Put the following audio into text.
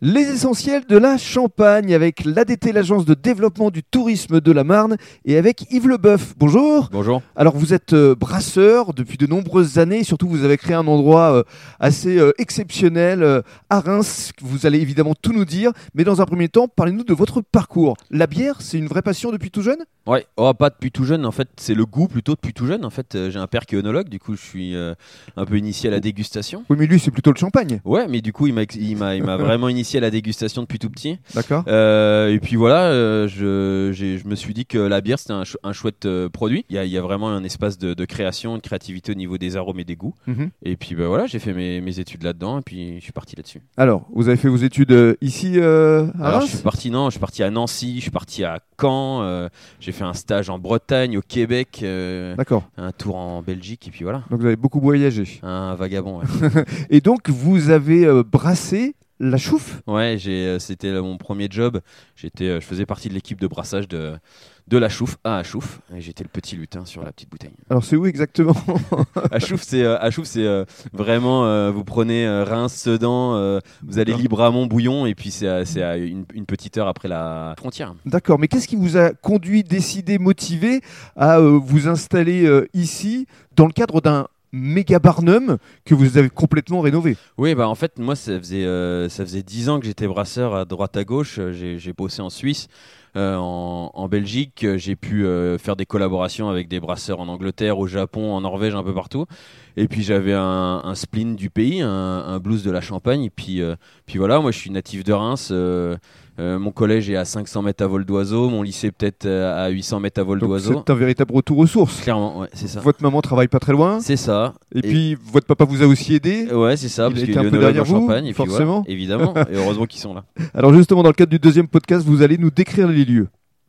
Les essentiels de la Champagne avec l'ADT, l'Agence de développement du tourisme de la Marne, et avec Yves Leboeuf. Bonjour. Bonjour. Alors vous êtes euh, brasseur depuis de nombreuses années, et surtout vous avez créé un endroit euh, assez euh, exceptionnel euh, à Reims. Vous allez évidemment tout nous dire, mais dans un premier temps, parlez-nous de votre parcours. La bière, c'est une vraie passion depuis tout jeune Ouais, oh, pas depuis tout jeune en fait, c'est le goût plutôt depuis tout jeune en fait. Euh, J'ai un père qui est œnologue, du coup je suis euh, un peu initié à la dégustation. Oui, mais lui, c'est plutôt le champagne. Ouais, mais du coup il m'a ex- il m'a il m'a vraiment initié à la dégustation depuis tout petit. D'accord. Euh, et puis voilà, euh, je, j'ai- je me suis dit que la bière c'était un, chou- un chouette euh, produit. Il y a, il y a vraiment un espace de, de création, de créativité au niveau des arômes et des goûts. Mhm. Et puis bah, voilà, j'ai fait mes, mes études là-dedans et puis je suis parti là-dessus. Alors, vous avez fait vos études euh, ici euh, à Alors je suis Reims parti non, je suis parti à Nancy, je suis parti à Caen, euh, j'ai fait un stage en Bretagne, au Québec, euh, D'accord. un tour en Belgique et puis voilà. Donc vous avez beaucoup voyagé. Un vagabond. Ouais, Et donc vous avez euh, brassé la chouffe Ouais, j'ai, euh, c'était euh, mon premier job. J'étais, euh, je faisais partie de l'équipe de brassage de, de la chouffe à Achouf. Et j'étais le petit lutin sur la petite bouteille. Alors c'est où exactement Achouf, c'est, euh, Achouf, c'est euh, vraiment, euh, vous prenez euh, Reims, Sedan, euh, vous allez D'accord. Libramont, Bouillon, et puis c'est à, c'est à une, une petite heure après la frontière. D'accord, mais qu'est-ce qui vous a conduit, décidé, motivé à euh, vous installer euh, ici dans le cadre d'un méga barnum que vous avez complètement rénové Oui, bah en fait, moi, ça faisait euh, ça faisait dix ans que j'étais brasseur à droite à gauche. Euh, J'ai j'ai bossé en Suisse, euh, en, en Belgique. Euh, J'ai pu euh, faire des collaborations avec des brasseurs en Angleterre, au Japon, en Norvège, un peu partout. Et puis j'avais un, un spleen du pays, un, un blues de la Champagne. Et puis euh, puis voilà, moi, je suis natif de Reims. euh, euh, mon collège est à 500 mètres à vol d'oiseau, mon lycée peut-être euh, à 800 mètres à vol Donc d'oiseau. c'est un véritable retour aux sources. Clairement, ouais, c'est ça. Votre maman travaille pas très loin C'est ça. et, Et- puis votre papa vous a aussi aidé. Ouais, c'est ça, Il parce était qu'il est un peu œnologue derrière en vous, Champagne. et puis voilà, forcément. évidemment, et heureusement qu'ils sont là. Alors justement dans le cadre du deuxième podcast, vous allez nous décrire les lieux.